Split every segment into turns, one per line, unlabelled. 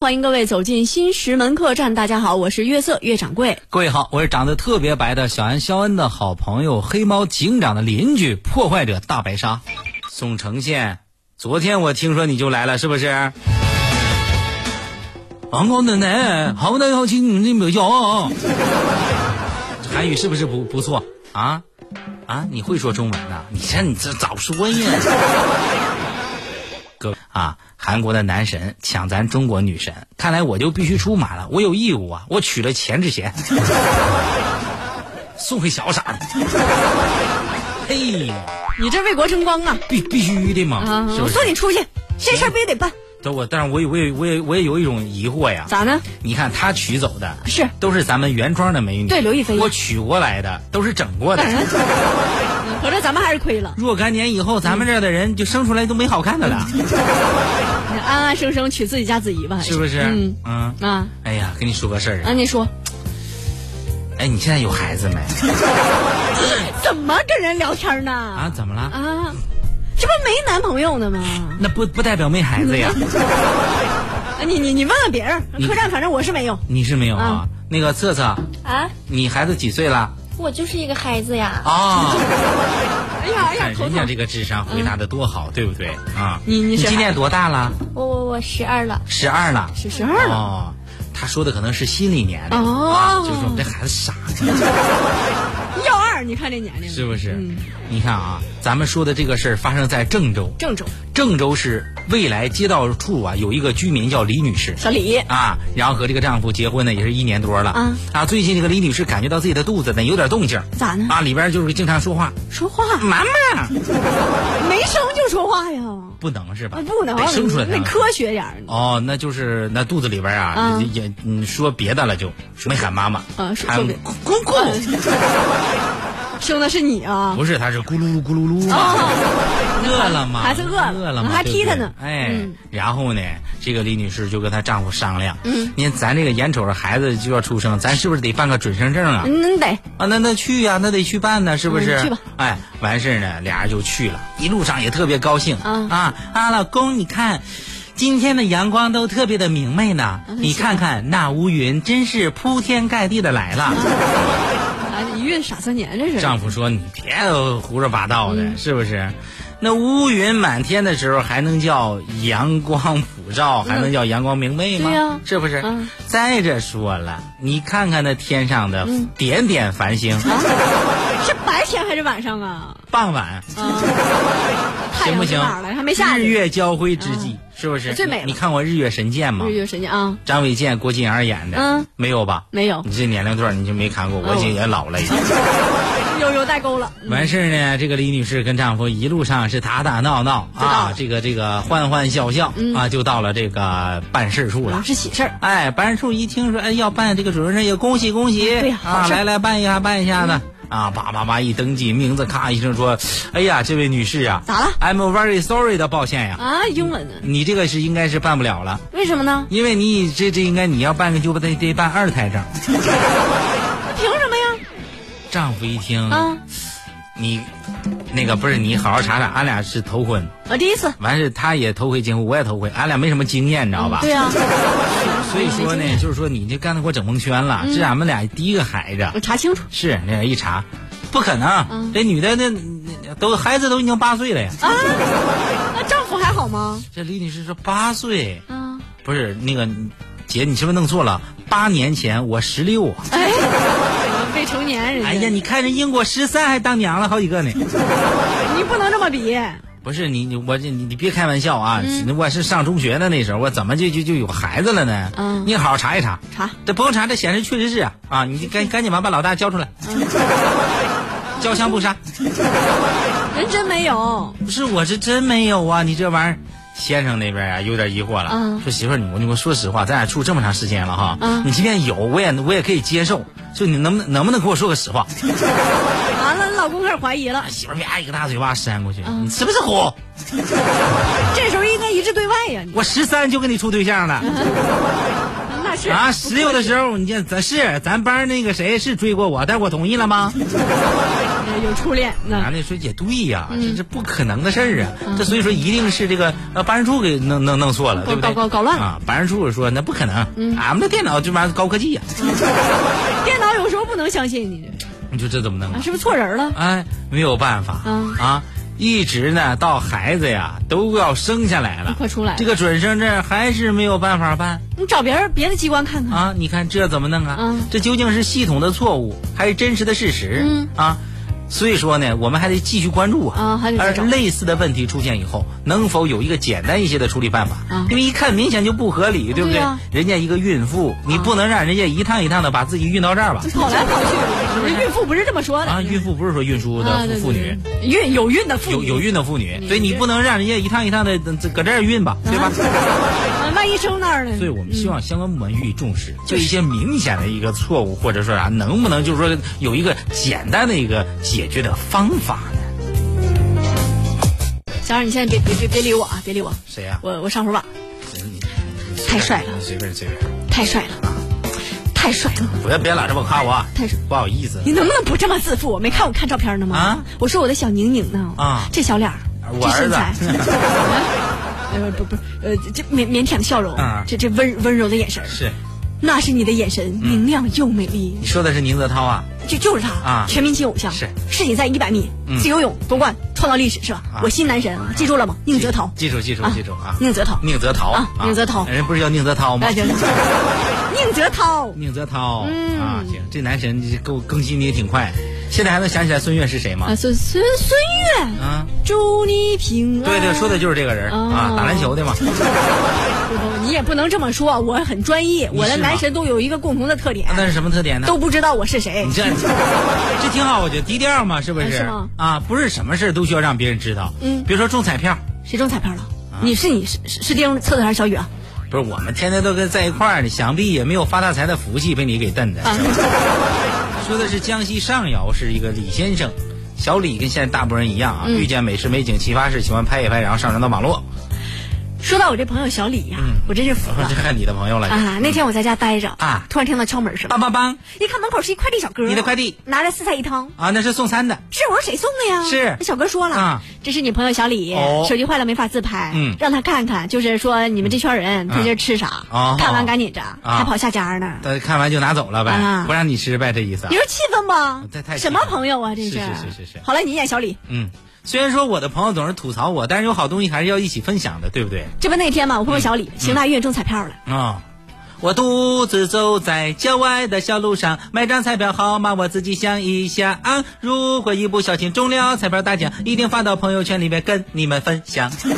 欢迎各位走进新石门客栈。大家好，我是月色月掌柜。
各位好，我是长得特别白的小安肖恩的好朋友黑猫警长的邻居破坏者大白鲨。宋城县，昨天我听说你就来了，是不是？王高奶奶，好的好亲，你没有？韩语是不是不不错啊？啊，你会说中文呐、你这你这早说呀！各位啊，韩国的男神抢咱中国女神，看来我就必须出马了，我有义务啊！我娶了钱志贤，送给小傻子。 嘿，
你这为国争光啊！
必必须的嘛，
啊，
是
我
不是
送？你出去，这事儿必须得办。
但我但是我有我有我也我也有一种疑惑呀，
咋呢？
你看他娶走的
是
都是咱们原装的美女，
对刘亦菲
我娶过来的都是整过的
当。然，合着咱们还是亏了。
若干年以后，咱们这儿的人就生出来都没好看的了，
嗯安安啊生生娶自己家子怡吧，还
是不是？
嗯
嗯
啊
哎呀，跟你说个事儿
啊！
啊，
你说
哎，你现在有孩子没？
怎么跟人聊天呢？
啊，怎么了？
啊，这不没男朋友呢吗？
那不不代表没孩子呀，
嗯啊你你你问问别人，
你
客栈反正我是没有
你是没有啊
啊？
那个策策，
啊，
你孩子几岁了？
我就是一个孩子呀。
啊，
哎呀哎呀
看，
头
人家
疼！嗯
这个智商回答的多好，对不对啊？
你你
你
是
今年多大了？
我我我十二了，
十二了。
是十二了，
哦，他说的可能是心理年龄，
哦
啊就是我们这孩子傻，
幺二，你看这年龄
是不是？
嗯
你看啊，咱们说的这个事儿发生在郑州，
郑州
郑州市未来街道处啊有一个居民叫李女士。
小李
啊，然后和这个丈夫结婚呢，也是一年多了。
啊
最近这个李女士感觉到自己的肚子呢有点动静，
咋呢啊
啊，里边就是经常说话，
说话
妈妈，
没生就说话呀？
不能是吧
哎？不能
得，生出来啊才
得
能
科学点儿。
哦，那就是那肚子里边啊，
啊
也也嗯说别的了就，没喊妈妈，
啊说
喊
说别
咕咕咕，哦
生的是你啊？
不是，他是咕噜噜咕噜噜嘛，
哦，
饿了吗？
孩子饿了
饿了吗？
还踢他呢
对不对哎
嗯，
然后呢，这个李女士就跟她丈夫商量，
嗯，
你看咱这个眼瞅着孩子就要出生，咱是不是得办个准生证啊？
嗯，得
啊，那那去呀、那得去办呢，是不是？
嗯去吧。
哎，完事儿呢，俩人就去了，一路上也特别高兴。
啊
啊啊，老公，你看。今天的阳光都特别的明媚呢，
嗯
你看看那乌云真是铺天盖地的来
嗯
了。
啊，一孕傻三年，这是
丈夫说：“你别胡说八道的，
嗯
是不是？那乌云满天的时候还能叫阳光普照，还能叫阳光明媚
嗯
吗？
对呀
是不是？
嗯
再者说了，你看看那天上的
嗯
点点繁星，
啊是白天还是晚上啊？
傍晚
啊，太
行
阳
不
在
行？
哪儿了？还没下
日
去。
月交辉之际，是不是
嗯最美了
你看过《日月神剑》吗
日？月神剑啊，
张卫健、郭晋安演的，
嗯，
没有吧？
没有
你这年龄段你就没看过，我
哦
这也老了已 经。嗯
有有代沟了。嗯
完事儿呢，这个李女士跟丈夫一路上是打打闹闹
嗯知道
啊
了，嗯
这个这个欢欢笑笑啊，就到了这个办事处
啊
了。
是喜事儿，
哎，办事处一听说哎要办这个准生证，也恭喜恭喜，
嗯对呀
啊，
好事儿嗯
来来办一下办一下的。啊，叭叭叭一登记名字，咔一声说：“哎呀，这位女士啊，
咋了
？I'm very sorry 的，抱歉呀，
啊，英文呢？
你这个是应该是办不了了，
为什么呢？
因为你这这应该你要办个就不得得办二胎证。
那凭什么呀？
丈夫一听，
啊，
你那个不是你好好查查，俺俩是头婚，
我啊第一次。
完事他也头回结婚，我也头回，俺俩没什么经验，你知道吧？
对啊，嗯
所以说呢，就是说你这刚才给我整蒙圈了，这是俺们俩第一个孩子
我，查清楚
是那一查，不可能，
嗯
这女的那那都孩子都已经八岁了呀。
啊。那丈夫还好吗？
这李女士说八岁，
啊，
不是那个姐，你是不是弄错了？八年前我十六啊。
哎，未成年人家。
哎呀，你看人英国十三还当娘了好几个呢。
你不能这么比。
不是你你我这你你别开玩笑啊！我是上中学的那时候，我怎么就就就有孩子了呢？
嗯
你好好查一查。
查。
这不用查，这显示确实是啊啊！你赶赶紧把把老大交出来， 交相不杀。
人真没有，
不是我是真没有啊！你这玩意儿，先生那边啊有点疑惑了，
嗯
说媳妇儿，你我你我说实话，咱俩处这么长时间了哈，
嗯
你即便有，我也我也可以接受，就你能不能能不能给我说个实话？
完了，老公开始怀疑了。
媳妇儿啪一个大嘴巴扇过去，你是不是虎？
这时候应该一致对外呀，你
我十三就跟你处对象了。
那是
啊，十六的时候，你这咱是咱班那个谁是追过我，但我同意了吗？
呃有初恋那
男的说也对呀，
嗯
这这不可能的事儿啊！这所以说一定是这个呃办事处给弄弄弄错了，
搞
对不
搞
对？
搞搞乱嗯了
啊！办事处说那不可能，俺们的电脑这玩意儿高科技呀，哎
电脑有时候不能相信你，
你说这怎么弄
啊
啊？
是不是错人了？
哎，没有办法
嗯
啊！一直呢到孩子呀都要生下来了，
快出来了
啊这个准生证还是没有办法办
你找别人别的机关看看。
啊！你看这怎么弄啊？
嗯
这究竟是系统的错误还是真实的事实？
嗯
啊，所以说呢，我们还得继续关注啊。
啊还得再
而
找
类似的问题出现以后，能否有一个简单一些的处理办法？
啊
因为一看明显就不合理，对不对？
对啊
人家一个孕妇，你不能让人家一趟一趟的把自己运到这儿吧？
跑来跑去，人孕妇不是这么说的
啊，孕妇不是说运输
啊
的
对
妇妇女。
对对孕有孕的妇女
有有孕的妇女，
你
所以你
这
不能让人家一趟一趟的搁这儿运吧，对吧？
啊万一生那儿呢？
所以我们希望相关部门予以重视，就一些明显的一个错误或者说啥，能不能就是说有一个简单的一个解决的方法呢？
小冉，你现在别别别别理我啊，别理我，
谁呀、
我我上会儿网，
你
太帅了，
随便随便，
太帅了，太帅了。
不要别老这么夸我啊，
太帅
不好意思
你能不能不这么自负？我没看我看照片呢吗？
啊，
我说我的小宁宁呢？
啊
这小脸儿，
我
这身材
儿，
呃不不呃这腼腼腆的笑容，
啊
这这温温柔的眼神儿，
是
那是你的眼神，
嗯
明亮又美丽，
你说的是宁泽涛啊？
就就是他
啊
全民级偶像
是嗯
世锦赛一百米自由泳夺冠，创造历史是吧
啊？
我新男神，记住了吗？宁泽涛，
记住记住
啊
记住啊，
宁泽涛
宁泽涛
啊宁泽涛
人不是叫宁泽涛吗
哎？就是 宁泽涛，
宁泽涛、
嗯
啊，行，这男神这够更新的也挺快。现在还能想起来孙悦是谁吗？
啊孙孙孙悦，
啊，
祝你平安。
对对，说的就是这个人、
哦
啊，打篮球的嘛。
不不，哦你也不能这么说，我很专一，我的
是吗
男神都有一个共同的特点，
那是什么特点呢？
都不知道我是谁
你。这这挺好，我觉得低调嘛，是不是？
哎是吗
啊，不是什么事儿都需要让别人知道。
嗯
比如说中彩票，
谁中彩票了？
啊
你是你是是是丁测测还是小雨啊？
不是我们天天都跟在一块儿，你想必也没有发大财的福气被你给蹬的。
啊，
说的是江西上饶是一个李先生，小李跟现在大部分人一样
嗯
啊，遇见美食美景奇葩事，喜欢拍一拍，然后上传到网络。
说到我这朋友小李呀、我真是服
嗯我
了
这看你的朋友了，
啊！那天我在家待着
啊
突然听到敲门声，
梆梆梆
一看门口是一快递小哥，
你的快递
拿着四菜一汤。
啊，那是送餐的。
是我说谁送的呀？
是
那小哥说了，
啊
这是你朋友小李，
哦
手机坏了没法自拍，
嗯
让他看看，就是说你们这圈人在这吃啥，
哦
看完赶紧着，
啊
还跑下家呢。
呃，看完就拿走了呗，
啊
不让你吃呗，这意思啊
你。说气愤吧
这太，气
什
愤
么朋友啊，这
是是是是是
好了，你演小李，
嗯，虽然说我的朋友总是吐槽我，但是有好东西还是要一起分享的，对不对？
这不那天嘛，我朋友小李邢大运中彩票了，
啊、我独自走在郊外的小路上，买张彩票号码我自己想一下啊。如果一不小心中了彩票大奖，一定发到朋友圈里面跟你们分享。
唱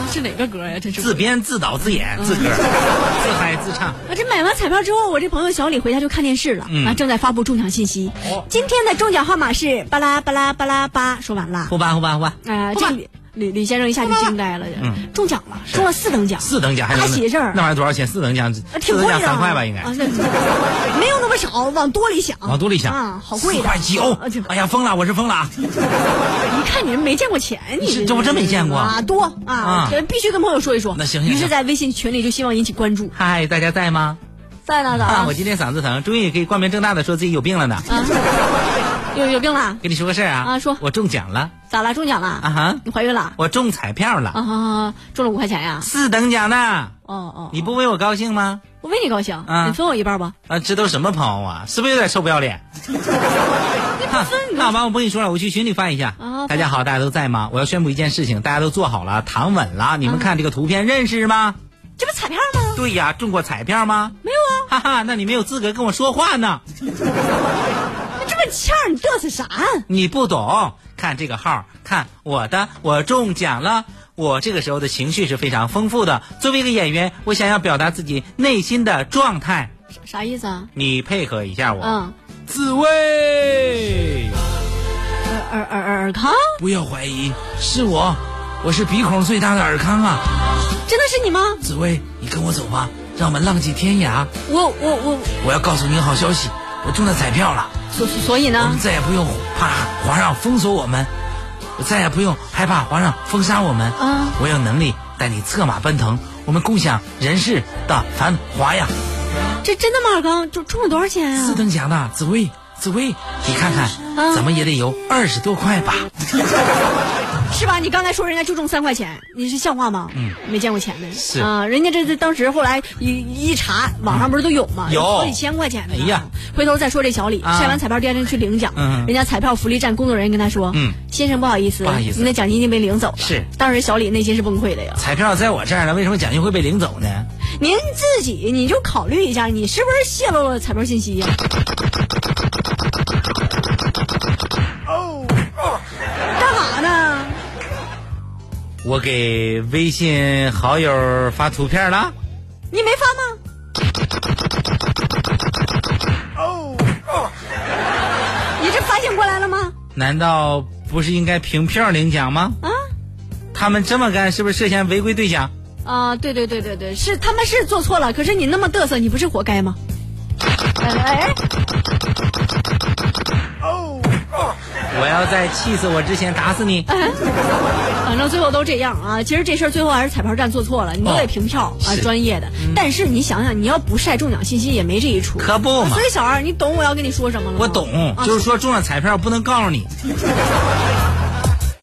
的是哪个歌呀？这是
自编自导自演自个
嗯
儿，自嗨自唱。
我哎这买完彩票之后，我这朋友小李回家就看电视了，
嗯
啊，正在发布中奖信息
哦。
今天的中奖号码是巴拉巴拉巴拉巴，说完了。
呼吧呼吧呼哦吧，嗯
啊，这李李李先生一下就惊呆了，中奖了，中了四等奖，
四等奖还
还
能
写这儿
那玩意儿多少钱？四等奖，
啊
四
挺
等
贵的
奖
啊，
三块吧，应该。
啊，那没有那么少，往多里想，
往肚里想
啊，好贵的，
四块九
啊就，
哎呀，疯了，我是疯了啊！
一看你是没见过钱，你
是这我真没见过
啊，多啊
啊，
这必须跟朋友说一说。
那行行
于是，
行
在微信群里就希望引起关注。
嗨，大家在吗？
在呢，
啊，
咋
我今天嗓子疼，终于可以光明正大的说自己有病了呢。
有有病啦？
跟你说个事儿啊，
啊说
我中奖了
咋啦？中奖
啊
啦？
哈，
你怀孕啦？
我中彩票了，
啊，中了五块钱呀？
四等奖呢，
哦哦，
啊你不为我高兴吗？
我为你高兴，
啊
你分我一半吧。
啊，这都什么朋友啊？是不是有点臭不要脸？哈那完，我不跟你说了，我去群里发一下
啊。
大家好，大家都在吗？我要宣布一件事情，大家都做好了，躺稳了。你们看这个图片认识吗？
这不彩票吗？
对呀，中过彩票吗？
没有
哈哈，那你没有资格跟我说话呢。
啊，这么欠儿，你嘚瑟啥？
你不懂，看这个号，看我的，我中奖了。我这个时候的情绪是非常丰富的。作为一个演员，我想要表达自己内心的状态，
啥意思啊？
你配合一下我。
嗯，
紫薇，
尔尔尔尔尔康，
不要怀疑，是我，我是鼻孔最大的尔康啊！
真的是你吗？
紫薇，你跟我走吧，让我们浪迹天涯。
我我我，
我要告诉你好消息，我中了彩票了。
所所以
我
呢
们？再也不用怕皇上封锁我们，我再也不用害怕皇上封杀我们。
啊
我有能力带你策马奔腾，我们共享人世的繁华呀！嗯
这真的吗？尔康，就中了多少钱
四
啊？
等奖的紫薇，紫薇，你看看怎么也得有二十多块吧？
是吧？你刚才说人家就中三块钱，你是像话吗？嗯，没见过钱的
是
啊，人家这这当时后来一一查，网上不是都有吗？
有
好几千块钱的。啊
哎呀，
回头再说这小李
啊
晒完彩票，第二天去领奖
嗯，
人家彩票福利站工作人员跟他说：“
嗯
先生不好意思，
不好意思
你的奖金已经被领走了。”
是
当时小李内心是崩溃的呀。
彩票在我这儿了，为什么奖金会被领走呢？
您自己你就考虑一下，你是不是泄露了彩票信息呀、干嘛呢？
我给微信好友发图片了，
你没发吗？哦你这反省过来了吗？
难道不是应该凭票领奖吗？
啊
他们这么干是不是涉嫌违规兑奖？
啊，对对对对对，是他们是做错了，可是你那么嘚瑟，你不是活该吗？哎，
我要在气死我之前打死你！
反正最后都这样啊。其实这事儿最后还是彩票站做错了，你都
哦
得凭票、啊，
是
专业的。但是你想想，你要不晒中奖信息，也没这一出。啊
可不嘛
所以小二，你懂我要跟你说什么了吗？
我懂，
啊
就是说中了彩票不能告诉你，